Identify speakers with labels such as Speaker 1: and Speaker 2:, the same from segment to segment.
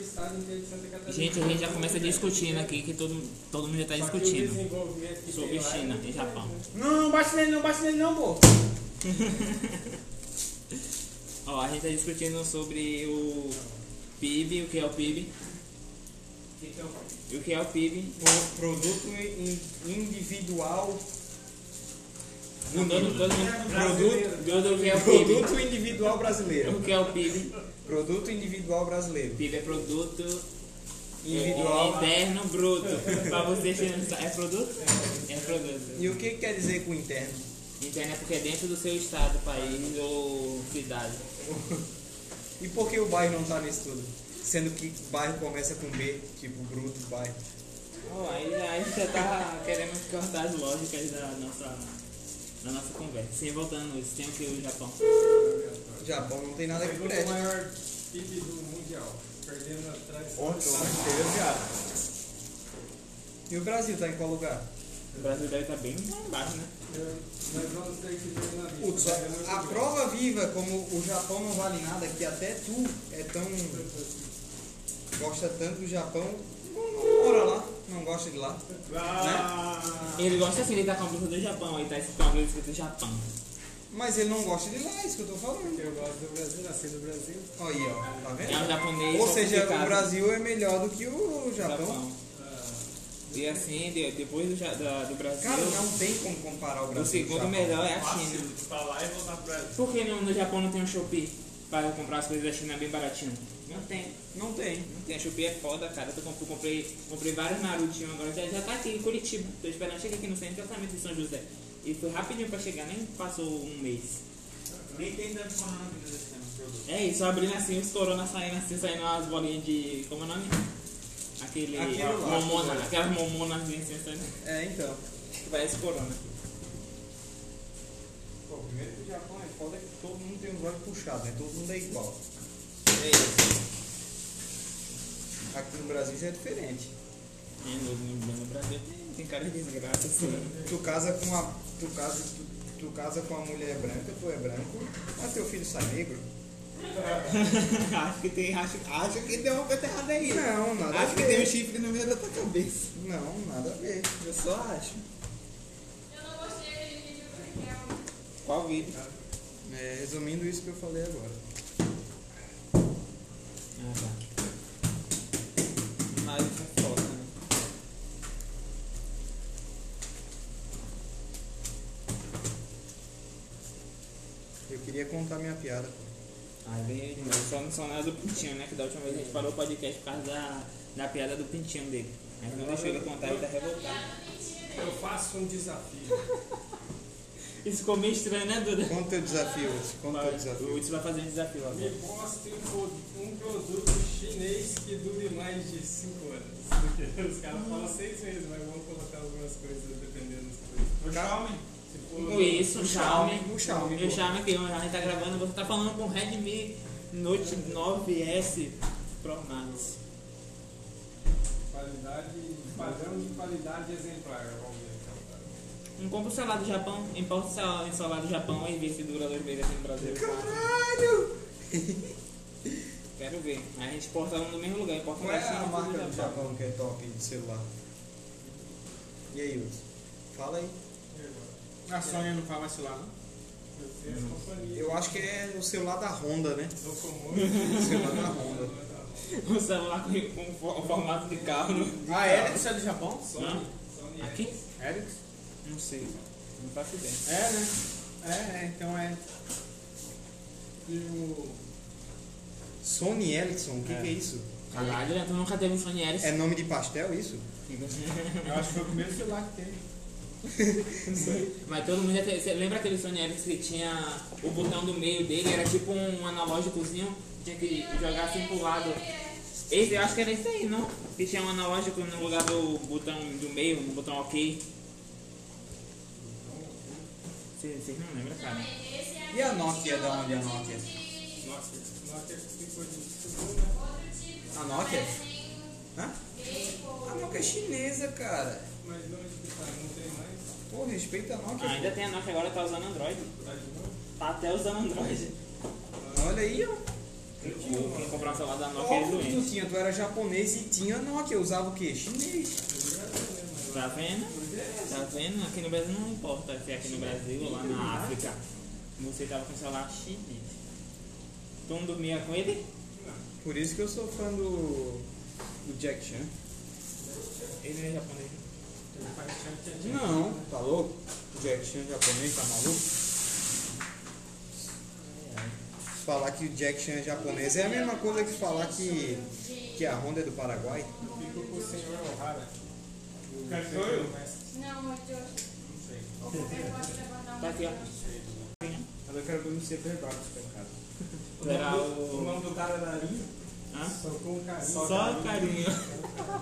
Speaker 1: estado inteiro de Santa Catarina.
Speaker 2: Gente, a gente já começa discutindo aqui, que todo, todo mundo já tá
Speaker 1: Só que o
Speaker 2: discutindo
Speaker 1: desenvolvimento que
Speaker 2: sobre
Speaker 1: tem lá é
Speaker 2: China
Speaker 1: muito
Speaker 2: e Japão.
Speaker 3: Não, não bate nele, não bate nele, não, pô.
Speaker 2: Ó, a gente tá discutindo sobre o PIB, o que é o PIB,
Speaker 1: grande. Então,
Speaker 2: e o que é o PIB,
Speaker 3: O produto in- individual.
Speaker 2: Não, todo, todo mundo-
Speaker 1: Brasileiro.
Speaker 2: Todo mundo o que é o PIB,
Speaker 3: Produto individual brasileiro.
Speaker 2: o que é o PIB,
Speaker 3: Produto individual brasileiro.
Speaker 2: PIB é produto
Speaker 3: Individual.
Speaker 2: interno bruto, pra você financiar, é produto? É produto.
Speaker 3: E o que que quer dizer com interno?
Speaker 2: Interno é porque é dentro do seu estado, país ou cidade.
Speaker 3: E por que o bairro não tá nisso tudo? Sendo que bairro começa com B, tipo bruto, bairro.
Speaker 2: Bom, aí, aí você tá querendo cortar as lógicas da nossa, da nossa conversa. Sim, voltando, isso tem o que o Japão.
Speaker 3: Japão não tem nada que
Speaker 1: Segundo
Speaker 3: preste.
Speaker 1: maior PIB do mundial, perdendo atrás.
Speaker 3: Ontem, E o Brasil tá em qual lugar?
Speaker 2: O Brasil deve estar bem lá embaixo, né?
Speaker 1: Nós vamos ter que ver na vida.
Speaker 3: Putz,
Speaker 1: Vai ser é muito
Speaker 3: a
Speaker 1: grande.
Speaker 3: prova viva, como o Japão não vale nada, que até tu é tão. gosta tanto do Japão, não- não mora lá, não gosta de lá. né?
Speaker 1: Ah,
Speaker 2: Ele gosta assim, ele tá com a blusa do Japão, aí tá esse com a blusa escrito Japão.
Speaker 3: Mas ele não gosta de lá, é isso que eu tô falando.
Speaker 1: Eu gosto do Brasil, nasci no Brasil.
Speaker 3: Olha aí, ó, tá
Speaker 2: É um
Speaker 3: vendo?
Speaker 2: japonês.
Speaker 3: Ou seja,
Speaker 2: complicado.
Speaker 3: o Brasil é melhor do que o Japão.
Speaker 2: Japão.
Speaker 1: Ah,
Speaker 2: E assim, de- depois do, Ja- da- do Brasil,
Speaker 3: Cara, não tem como comparar o
Speaker 2: o
Speaker 3: Brasil com o
Speaker 2: segundo
Speaker 3: Japão.
Speaker 2: melhor é a China.
Speaker 4: pra lá e voltar pra
Speaker 2: Por que no, no Japão não tem um Shopee para comprar as coisas da China bem baratinho? Não tem.
Speaker 3: Não tem.
Speaker 2: Não tem, a Shopee é foda, cara. Eu tô comp- comprei, comprei vários Narutinho agora, já, já tá aqui em Curitiba. Tô esperando chegar aqui no centro exatamente de São José. E foi rapidinho pra chegar, nem passou um mês.
Speaker 4: Nem tem dano coronavírus esse ano, produto.
Speaker 2: É isso, abrindo assim, os corona saindo assim, saindo as bolinhas de. Como é o nome? Aquele.
Speaker 3: Aquilo lá.
Speaker 2: momona, aquelas momonas assim, saindo.
Speaker 3: É, então.
Speaker 2: Que parece corona.
Speaker 3: Pô, primeiro que o Japão é foda que todo mundo tem um braço puxado, né? Todo mundo é igual.
Speaker 2: É isso.
Speaker 3: Aqui no Brasil já é diferente.
Speaker 2: E no, no- no Brasil tem, tem cara de desgraça assim.
Speaker 3: Tu casa com uma. Tu casa, tu, tu casa com uma mulher branca, tu é branco, mas teu filho sai negro.
Speaker 2: acho que tem. Acho, acho que tem uma coisa errada aí.
Speaker 3: Não, nada
Speaker 2: Acho
Speaker 3: a
Speaker 2: que
Speaker 3: ver.
Speaker 2: tem um chifre no meio da tua cabeça.
Speaker 3: Não, nada a ver.
Speaker 2: Eu só acho.
Speaker 5: Eu não gostei daquele vídeo porque é um.
Speaker 2: Qual vídeo?
Speaker 3: É, resumindo isso que eu falei agora.
Speaker 2: Ah, tá. Mas é foda, né?
Speaker 3: Eu queria contar minha piada. pô.
Speaker 2: Aí vem de novo. Só não são nada do Pintinho, né? Que da última vez a gente parou o podcast por causa da, da piada do Pintinho dele. Aí não deixou ele contar, ele tá revoltado.
Speaker 1: Eu faço um desafio.
Speaker 2: Isso ficou meio estranho, né, Duda?
Speaker 3: Conta teu desafio, Hudson, conta teu
Speaker 2: O
Speaker 3: desafio.
Speaker 2: Hudson vai fazer um desafio
Speaker 1: Me
Speaker 2: agora.
Speaker 1: mostre um pro- um produto chinês que dure mais de 5 anos. Porque os caras falam 6 meses, mas vão colocar algumas coisas dependendo das coisas. Tá?
Speaker 4: O Xiaomi?
Speaker 1: Se
Speaker 2: Com isso, o Xiaomi.
Speaker 3: O Um Xiaomi,
Speaker 2: E o
Speaker 3: pô.
Speaker 2: Xiaomi aqui, a gente tá gravando, você tá falando com o Redmi Note 9S Pro Max.
Speaker 1: Qualidade, padrão de qualidade exemplar, vamos ver. então,
Speaker 2: Não compra o celular do Japão, importa o celular- o celular do Japão e vê se dura dois meses aqui no Brasil.
Speaker 3: Caralho!
Speaker 2: Quero ver. Aí a gente importa um do mesmo lugar, importa um
Speaker 3: Qual
Speaker 2: da
Speaker 3: é
Speaker 2: China
Speaker 3: a
Speaker 2: e tudo
Speaker 3: marca do Japão que é top de celular? E aí, Hudson? Fala aí.
Speaker 1: tá?
Speaker 4: A Sony Ah, não faz mais celular, não?
Speaker 1: Eu sei as companhias.
Speaker 3: Eu acho que é no celular da Honda, né?
Speaker 1: é Sou comum.
Speaker 3: No celular da Honda.
Speaker 2: O celular com, com fo- o formato de carro. né? Não.
Speaker 4: Ah, é? Isso é do Japão?
Speaker 2: Hã?
Speaker 1: Sony
Speaker 2: Aqui?
Speaker 4: Ericsson?
Speaker 2: Não sei. Não faço ideia.
Speaker 4: É, né? É, é, então é. E o.
Speaker 3: Sony Ericsson, o que
Speaker 4: É.
Speaker 3: que é isso?
Speaker 2: Caralho, né? tu nunca teve um Sony Ericsson.
Speaker 3: É nome de pastel isso?
Speaker 2: É.
Speaker 4: Eu acho que foi o primeiro celular que teve.
Speaker 2: Mas todo mundo já teve. Você lembra aquele Sony Ericsson que tinha o botão do meio dele? Era tipo um analógicozinho. Tinha que jogar assim pro lado. Esse, eu acho que era esse aí, não? Que tinha um analógico no lugar do botão do meio, no botão OK. Vocês vocês não lembram, cara?
Speaker 5: é,
Speaker 3: E a Nokia, da onde é a Nokia?
Speaker 1: Nokia. Nokia é ficou de segunda.
Speaker 3: A Nokia? Hã? A Nokia é chinesa, cara.
Speaker 1: Mas onde que tá? Não tem mais?
Speaker 3: Pô, respeita a Nokia.
Speaker 2: Ah, ainda tem a Nokia agora, tá usando Android.
Speaker 1: Tá de novo?
Speaker 2: Tá até usando Android.
Speaker 3: pô. Olha aí, ó.
Speaker 2: Eu tinha comprar um celular da Nokia era
Speaker 3: Óbvio que tu
Speaker 2: doente.
Speaker 3: tinha, tu era japonês e tinha Nokia, usava o quê? Chinês.
Speaker 2: Tá vendo? Tá vendo? Aqui no Brasil não importa se é aqui no Brasil ou lá na África. Você tava com o celular chinês. Tu não dormia com ele?
Speaker 3: Por isso que eu sou fã do, do Jack Chan.
Speaker 2: Ele não é japonês.
Speaker 3: Não, tá louco? Jack Chan japonês, tá maluco? Falar que o Jack Chan é japonês é a mesma coisa que falar que, que a Honda é do Paraguai.
Speaker 1: Ficou com o senhor O'Hara. O um
Speaker 4: Cachorro?
Speaker 5: Não, é de hoje. Ou qualquer coisa, levantar um
Speaker 2: Tá aqui, ó.
Speaker 5: pouquinho.
Speaker 3: Mas eu quero ver você verbal no supermercado.
Speaker 2: Era
Speaker 1: O
Speaker 2: o.
Speaker 1: nome do cara era Ari,
Speaker 2: Hã?
Speaker 1: só Ah, com o carinho.
Speaker 2: Só carinho.
Speaker 1: Tá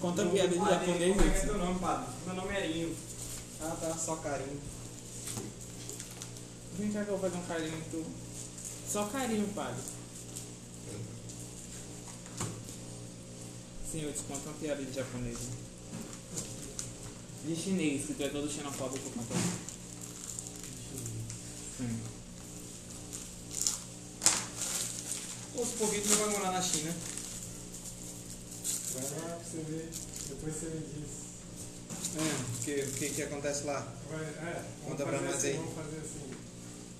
Speaker 2: Conta piada de japonês,
Speaker 1: Como é que é
Speaker 2: Wilson.
Speaker 1: teu nome, padre? Meu nome é Arinho.
Speaker 3: Ah tá, só carinho.
Speaker 2: Vem cá que eu vou fazer um carinho em tu. Só carinho, padre. Sim, eu te conto uma piada de japonês. De chinês, que tu é todo xenofóbico quanto a isso. Sim.
Speaker 3: Outro pouquinho tu não vai morar na China.
Speaker 1: Vai lá pra você ver, depois você me diz.
Speaker 3: É, o que, o que, que acontece lá?
Speaker 1: Vai, é, vamos
Speaker 3: Conta pra
Speaker 1: fazer
Speaker 3: nós
Speaker 1: assim,
Speaker 3: aí.
Speaker 1: Vamos fazer assim.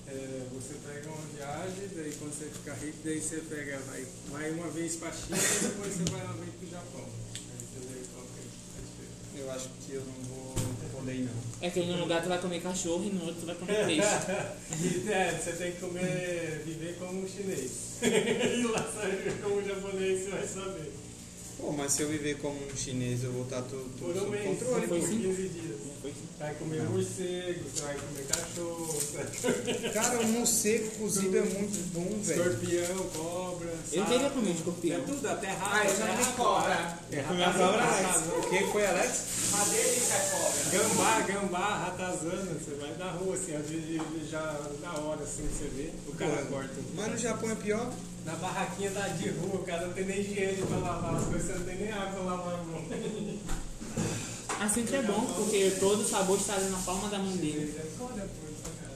Speaker 1: É, você pega uma viagem, daí quando você ficar rico, daí você pega, vai, vai uma vez pra China e depois você vai uma vez pro Japão. Aí você vê qual que é a diferença.
Speaker 3: Eu acho que eu não vou poder ir não.
Speaker 2: É que num lugar tu vai comer cachorro e no outro tu vai comer peixe.
Speaker 1: E, é, você tem que comer, viver como um chinês. e lá sabe como um japonês, você vai saber.
Speaker 3: Pô, mas se eu viver como um chinês, eu vou estar tudo,
Speaker 1: Por
Speaker 3: tudo
Speaker 1: um
Speaker 3: sob
Speaker 1: mês,
Speaker 3: controle.
Speaker 1: por
Speaker 2: foi sim.
Speaker 1: 15 dias. Você vai comer
Speaker 3: Não.
Speaker 1: morcego, você vai comer cachorro, você vai comer
Speaker 3: Cara, o morcego cozido é muito bom, velho.
Speaker 1: escorpião, cobra,
Speaker 2: Eu
Speaker 1: sapo.
Speaker 2: queria comer escorpião.
Speaker 1: É tudo, até rato.
Speaker 4: Ah, eu já
Speaker 1: até
Speaker 4: vi
Speaker 1: rato,
Speaker 4: cobra.
Speaker 1: rato.
Speaker 3: É
Speaker 2: Comer a cobra.
Speaker 3: O que foi, Alex?
Speaker 4: Uma delícia é cobra.
Speaker 1: Gambá, gambá, ratazana, você vai na rua, assim, às vezes ele já na hora, assim, você vê, o cara
Speaker 3: Pô,
Speaker 1: corta.
Speaker 3: Mas no Japão é pior.
Speaker 1: Na barraquinha da de rua, o cara não tem nem higiene pra lavar as coisas, você não tem nem água pra lavar a mão.
Speaker 2: Assim que é bom, porque todo o sabor está ali na palma da mão dele.
Speaker 1: Ele é foda, pô, essa cara.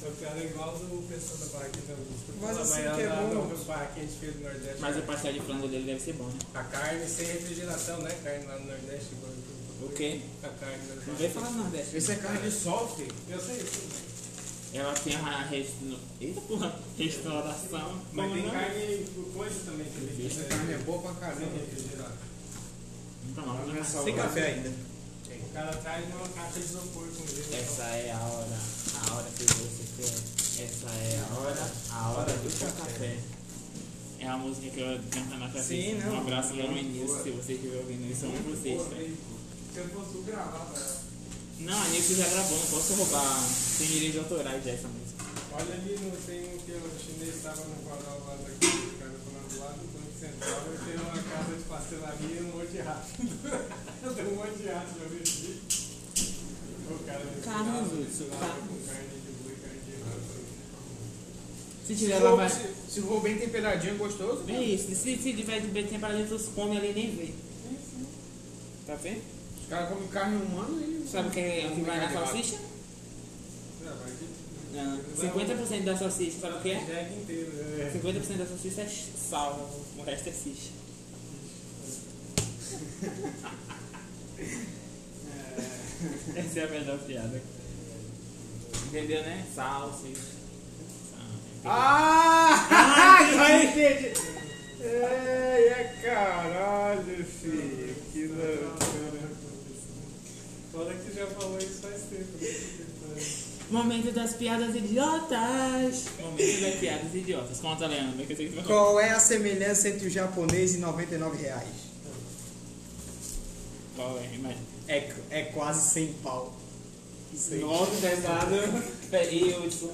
Speaker 1: Só que era igual do pessoal da barraquinha da Augusta.
Speaker 3: Mas
Speaker 1: Lá
Speaker 3: assim
Speaker 1: vai
Speaker 3: que é
Speaker 1: lá
Speaker 3: bom.
Speaker 1: No barraquinha de feio do Nordeste.
Speaker 2: Mas o pastel de frango dele deve ser bom, né?
Speaker 1: A carne sem refrigeração, né? Carne lá no Nordeste. igual do-
Speaker 2: O quê?
Speaker 1: A carne da
Speaker 2: Não vem falar do Nordeste.
Speaker 4: Isso é carne de sol, filho.
Speaker 1: Eu sei, sim.
Speaker 2: Ela tem a restru... Eita, porra, restauração.
Speaker 1: Mas
Speaker 2: Como
Speaker 1: tem
Speaker 2: não?
Speaker 1: carne por coisa também que ele né?
Speaker 2: Essa
Speaker 4: Carne é boa pra
Speaker 1: Sem
Speaker 4: caramba.
Speaker 1: refrigerar.
Speaker 2: Então, não, não,
Speaker 4: Essa
Speaker 2: sem
Speaker 3: Tem
Speaker 2: café.
Speaker 3: café ainda.
Speaker 1: O cara traz uma caixa de isopor com gelo.
Speaker 2: Essa é a hora, a hora que você quer. Essa é a hora, a hora do seu café. É a música que eu canto na cabeça.
Speaker 3: Sim, não.
Speaker 2: Um abraço lá no início, se você estiver ouvindo isso, eu amo vocês. tá?
Speaker 1: Se eu posso gravar, cara.
Speaker 2: Não, a Nilce já gravou, não posso roubar. Tem direitos autorais dessa música.
Speaker 1: Olha ali, não tem um que o chinês estava no canal lá daqui, o cara falando lá do Banco Central, vai ter uma casa de pastelaria e um monte de rato. tem um monte de rato, já vi aqui. O cara me
Speaker 2: Carne,
Speaker 1: ensinava,
Speaker 2: Zutsu,
Speaker 1: ensinava
Speaker 2: carne.
Speaker 1: com carne de boi, carne de rato.
Speaker 2: Se tiver ela vai.
Speaker 4: Se o bem temperadinho gostoso,
Speaker 2: É isso, se, se tiver de bem temperado, tu come ali e nem vê. Tá vendo?
Speaker 4: os caras comem carne humana e.
Speaker 2: Sabe o que é o que vai na salsicha?
Speaker 1: Não, vai de
Speaker 2: Não. 50% da salsicha, sabe o que é?
Speaker 1: jegue inteiro, né?
Speaker 2: 50% da salsicha é sal, o resto é ficha. Essa é a melhor piada. Entendeu, né? Sal, ficha.
Speaker 4: Ah! Já entendi! Ai, é caralho, filho. Que loucura.
Speaker 1: Olha que já falou isso faz tempo. né?
Speaker 2: Momento das piadas idiotas! Momento das piadas idiotas. Conta, Leandro, que eu sei que tu vai contar.
Speaker 3: Qual é a semelhança entre o japonês e 99 reais?
Speaker 2: Qual é? Imagina.
Speaker 3: É, é quase sem pau. Isso aí.
Speaker 2: Nossa, pesado. Peraí, eu disse.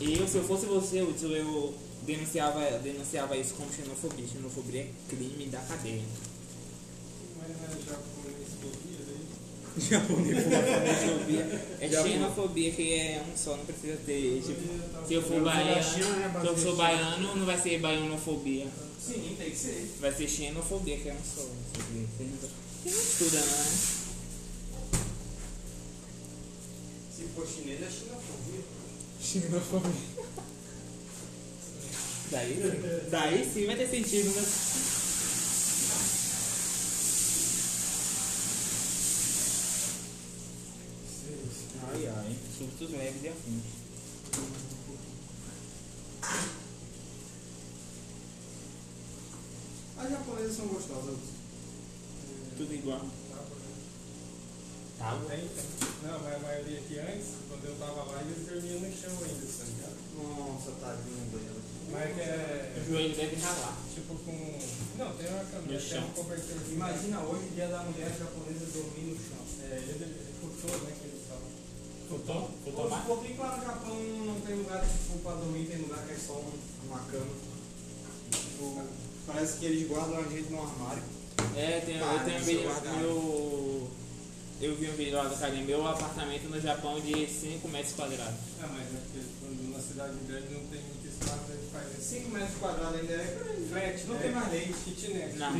Speaker 2: Eu, se eu fosse você, Hudson, eu denunciava, denunciava isso como xenofobia. Xenofobia é crime da cadeia.
Speaker 1: Mas é japonês fobia, né?
Speaker 3: Japonês.
Speaker 2: Xenofobia é
Speaker 3: Já vou.
Speaker 2: xenofobia, que é um só, não precisa ter.
Speaker 1: tá
Speaker 2: Tipo, se eu for
Speaker 4: da
Speaker 2: baiano,
Speaker 4: China, né,
Speaker 2: se eu
Speaker 4: baseado
Speaker 2: for
Speaker 4: em-
Speaker 2: baiano, não vai ser baianofobia.
Speaker 4: Sim, tem que ser.
Speaker 2: Vai ser xenofobia, que é um só. não sei o quê. Quem não estuda, né?
Speaker 3: Se for chinês, é xenofobia.
Speaker 4: Xenofobia.
Speaker 2: Daí sim. Daí sim vai ter sentido, né? Ai, ai. Súbitos leves e afins.
Speaker 3: As japonesas são gostosas.
Speaker 2: Tudo igual. Tá,
Speaker 1: Tem, tem. Não, mas a maioria aqui antes, quando eu tava lá, eles dormiam no chão ainda, tá ligado?
Speaker 3: Nossa, tadinho dela.
Speaker 1: Mas que
Speaker 2: O
Speaker 1: é
Speaker 2: joelho deve ralar.
Speaker 1: tipo com. Não, tem uma
Speaker 2: No
Speaker 1: camisa, tem
Speaker 2: chão.
Speaker 1: um cobertor.
Speaker 3: Imagina hoje o dia da mulher japonesa dormir no chão.
Speaker 1: É, ele ele furtou, né? Que eles falam.
Speaker 2: Futon?
Speaker 3: Pô, se for bem que lá no um Japão não tem lugar tipo, pra dormir, tem lugar que é só um- uma cama. Tipo, parece que eles guardam a gente no armário.
Speaker 2: É, tem,
Speaker 3: Tá,
Speaker 2: eu tenho um
Speaker 3: seu
Speaker 2: vídeo
Speaker 3: guardado.
Speaker 2: meu. Eu vi um vídeo lá do cara em meu apartamento no Japão de 5 metros quadrados.
Speaker 1: Ah, mas é porque quando na cidade grande não tem muito espaço, ele faz isso.
Speaker 3: 5 metros quadrados ainda é frete, não tem mais leite.
Speaker 1: Kitnet.
Speaker 2: Não.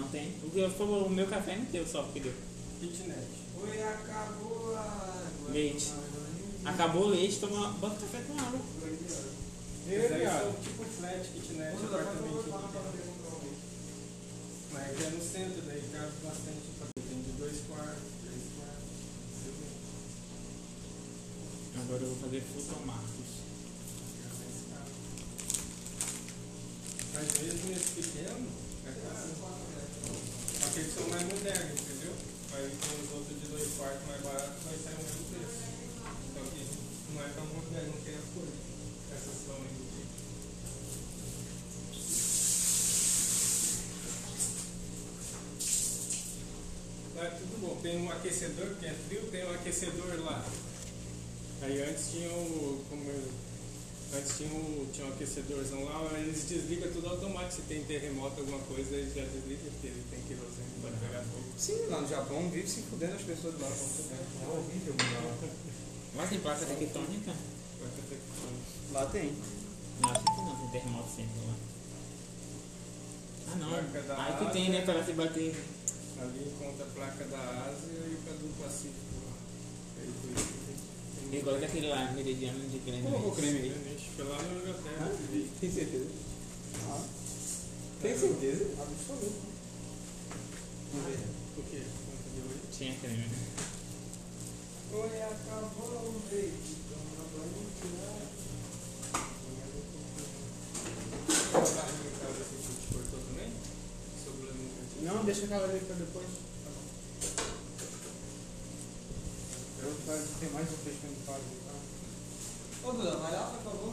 Speaker 2: Não tem. O que eu- foi o meu café não deu só porque deu.
Speaker 1: Kitnet.
Speaker 3: Oi, acabou a água.
Speaker 2: Leite. Acabou o leite, toma. Bota o café com água.
Speaker 1: Eles aí
Speaker 4: viado.
Speaker 1: são tipo flat, kitnet,
Speaker 3: Quando dá pra comprar
Speaker 1: apartamento. Mas aqui é no centro, daí cabe bastante. pra- Tem de dois quartos, três quartos. sei lá.
Speaker 2: Agora eu vou fazer Futomarcos.
Speaker 1: Fica mais caro. Mas mesmo esse pequeno, é caro. Só que eles são mais modernos, entendeu? Mas com os outros de dois quartos mais baratos vai sair o mesmo preço. Só que não é tão moderno, não tem as cores. Essas são aí do tipo. Lá é tudo bom. Tem um aquecedor, que é frio, tem um aquecedor lá. Aí antes tinha o. Como eu, antes tinha, o, tinha um aquecedorzão lá, aí eles desligam tudo automático. Se tem terremoto, alguma coisa, eles já desligam, porque ele tem querosene pra pegar fogo.
Speaker 3: Sim, lá no Japão vive se fudendo as pessoas lá. É horrível, mano.
Speaker 2: Mas tem placa tectônica?
Speaker 1: Vai ter que-
Speaker 3: Lá tem.
Speaker 2: Não, acho que não, tem terremoto sempre lá. Ah não.
Speaker 1: Placa da
Speaker 2: Aí que tem, né? Para se bater.
Speaker 1: Ali encontra a placa da Ásia e o Cadu Pacífico lá. Aí foi isso que tem- tem-
Speaker 2: Igual daquele lá, meridiano de creme. né?
Speaker 3: Colocou creme aí.
Speaker 1: Foi lá na Inglaterra. vi.
Speaker 3: Tem certeza? Ah. Tem certeza? Absoluto. Vamos ver.
Speaker 1: O quê? Conta de hoje?
Speaker 2: Tinha creme.
Speaker 3: Oi, acabou o leite. Toma banho, tira.
Speaker 1: Tem uma barriga em casa assim que te cortou também? Sobrou no cantinho.
Speaker 3: Não, deixa aquela ali pra depois. Eu quero ter mais um peixe no pau. Ô Duda, vai lá, por favor.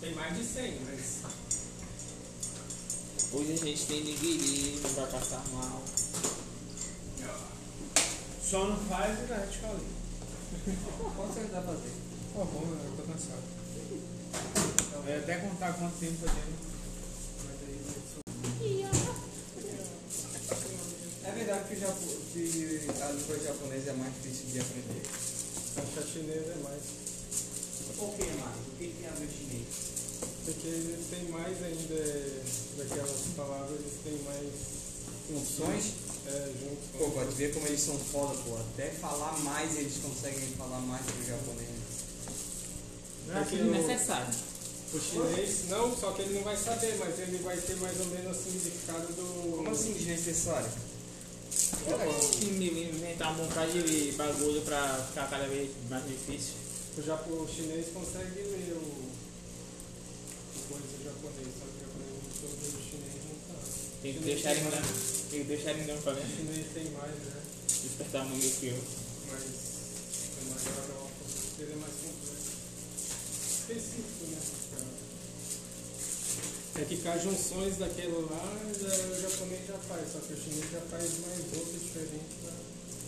Speaker 1: Tem mais de 100, mas.
Speaker 2: Hoje a gente tem nigiri, não vai passar mal.
Speaker 4: Só não faz o da Ratcoli.
Speaker 3: Quanto você dá pra fazer?
Speaker 4: Tá bom, eu tô cansado. Eu ia até contar quanto tempo eu tenho.
Speaker 3: É verdade que, o japo, que a língua japonesa é mais difícil de aprender.
Speaker 1: A chinesa é mais.
Speaker 3: Por que, Marcos? O que tem a ver chinês?
Speaker 1: Porque eles têm mais ainda é, daquelas palavras, eles têm mais
Speaker 3: Funções?
Speaker 1: é, juntos
Speaker 3: Pô,
Speaker 1: com.
Speaker 3: pode ver como eles são foda, pô. Até falar mais eles conseguem falar mais do japonês.
Speaker 2: Não é
Speaker 1: Porque
Speaker 2: aquilo necessário.
Speaker 1: o, o chinês, não, só que ele não vai saber, mas ele vai ter mais ou menos assim, o significado do.
Speaker 3: Como assim desnecessário?
Speaker 2: Se me inventar um bocado de bagulho pra ficar cada vez mais difícil.
Speaker 1: O, japo, o chinês consegue ler o. o coisa do japonês, só que o japonês não sabe, o chinês não sabe.
Speaker 2: Tem que deixar ele engano. Tem que deixar ele engano pra
Speaker 1: O
Speaker 2: mim.
Speaker 1: chinês tem mais, né?
Speaker 2: Despertar muito que eu.
Speaker 1: Mas é maior a Europa, ele é mais complexo. Específico, né? É que com as junções daquele lá, já- o japonês já faz, só que o chinês já faz mais outro diferente. Né?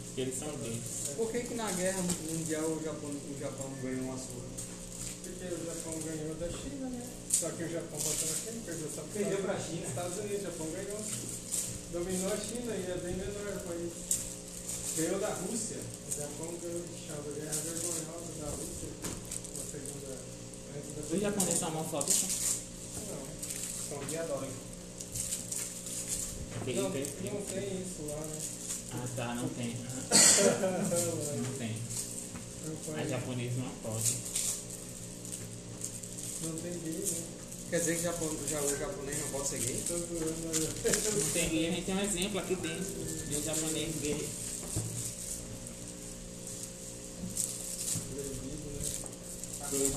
Speaker 2: Porque eles são bem.
Speaker 3: Por que, que na guerra mundial o Japão, o Japão ganhou uma surra?
Speaker 1: Porque o Japão ganhou da China, né? Só que o Japão botou na China, perdeu só
Speaker 3: Perdeu pra China.
Speaker 1: Estados Unidos, o Japão ganhou. Dominou a China e é bem menor o país. Ganhou da Rússia. O Japão ganhou de chave, guerra vergonhosa da Rússia na segunda. antes da
Speaker 2: O japonês é homofóbico?
Speaker 1: Não. Só são diadóicos.
Speaker 2: Tem,
Speaker 1: Não,
Speaker 2: tem- tem-
Speaker 1: não tem isso lá, né?
Speaker 2: Ah tá, não tem. Não tem.
Speaker 1: Não
Speaker 2: A
Speaker 1: foi-
Speaker 2: japonês não pode.
Speaker 1: Não tem gay, né?
Speaker 3: Quer dizer que japo- já, o japonês não pode ser gay?
Speaker 1: Tô zoando, olha.
Speaker 2: Não tem gay, a gente tem um exemplo aqui dentro de um japonês gay.
Speaker 1: Proibido, né?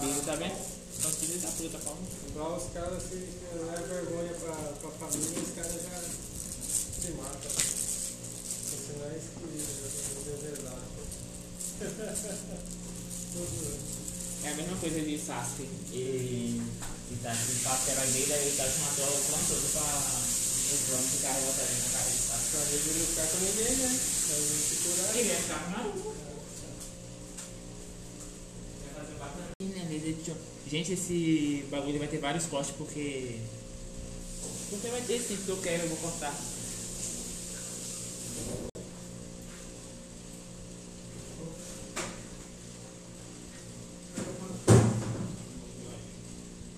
Speaker 2: Proibido, tá vendo? São filhos da puta, Paulo.
Speaker 1: Lá os caras se não é vergonha pra, pra família, os caras já se matam. Isso não é excluído, é verdade.
Speaker 2: É a mesma coisa de Sasuke. E Itachi, Sasuke era gay, daí Itachi matou o clã todo pra o clã ficar revoltado na cara de Sasuke.
Speaker 1: Pra ele não ficar com ninguém, né? Pra ele se curar.
Speaker 2: Ele é ia ficar com Naruto. Ia fazer bacana. Ih, né, Lady John. Gente, esse bagulho vai ter vários cortes porque. Porque vai ter sim, porque eu quero, eu vou cortar.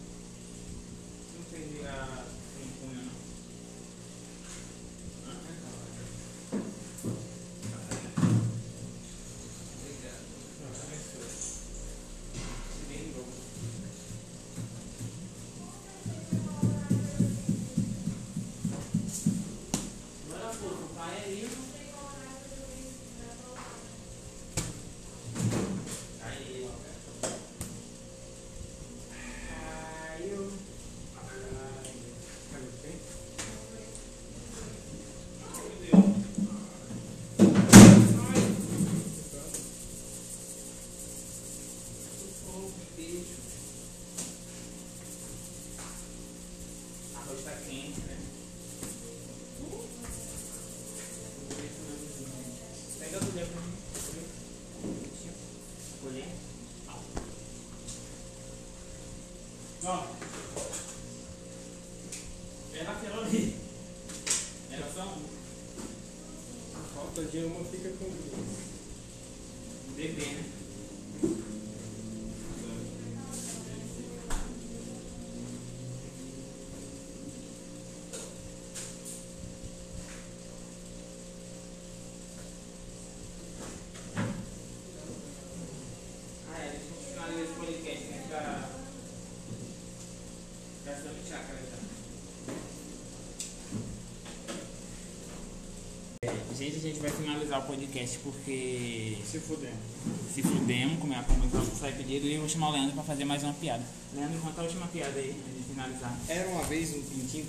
Speaker 2: Não sei a cunha, não. Ah, é, tá, é Agora, pô, o pai é livre.
Speaker 5: tá
Speaker 2: Caiu. Caiu. Socorro, me deixa. Arroz tá quente, né? Pega a colher pra mim. Colher? Não. Era aquela ali. Era só um
Speaker 1: Falta de uma fica com duas.
Speaker 2: bebê, né? Ah, é, deixa eu finalizar esse podcast, né? Tá. Gastando chácara já. Gente, a gente vai finalizar o podcast porque
Speaker 4: Se fuder.
Speaker 2: se fudemos, como é a comissão que sai pedido, e eu vou chamar o Leandro pra fazer mais uma piada. Leandro, conta a última piada aí, pra gente finalizar.
Speaker 3: Era uma vez um pintinho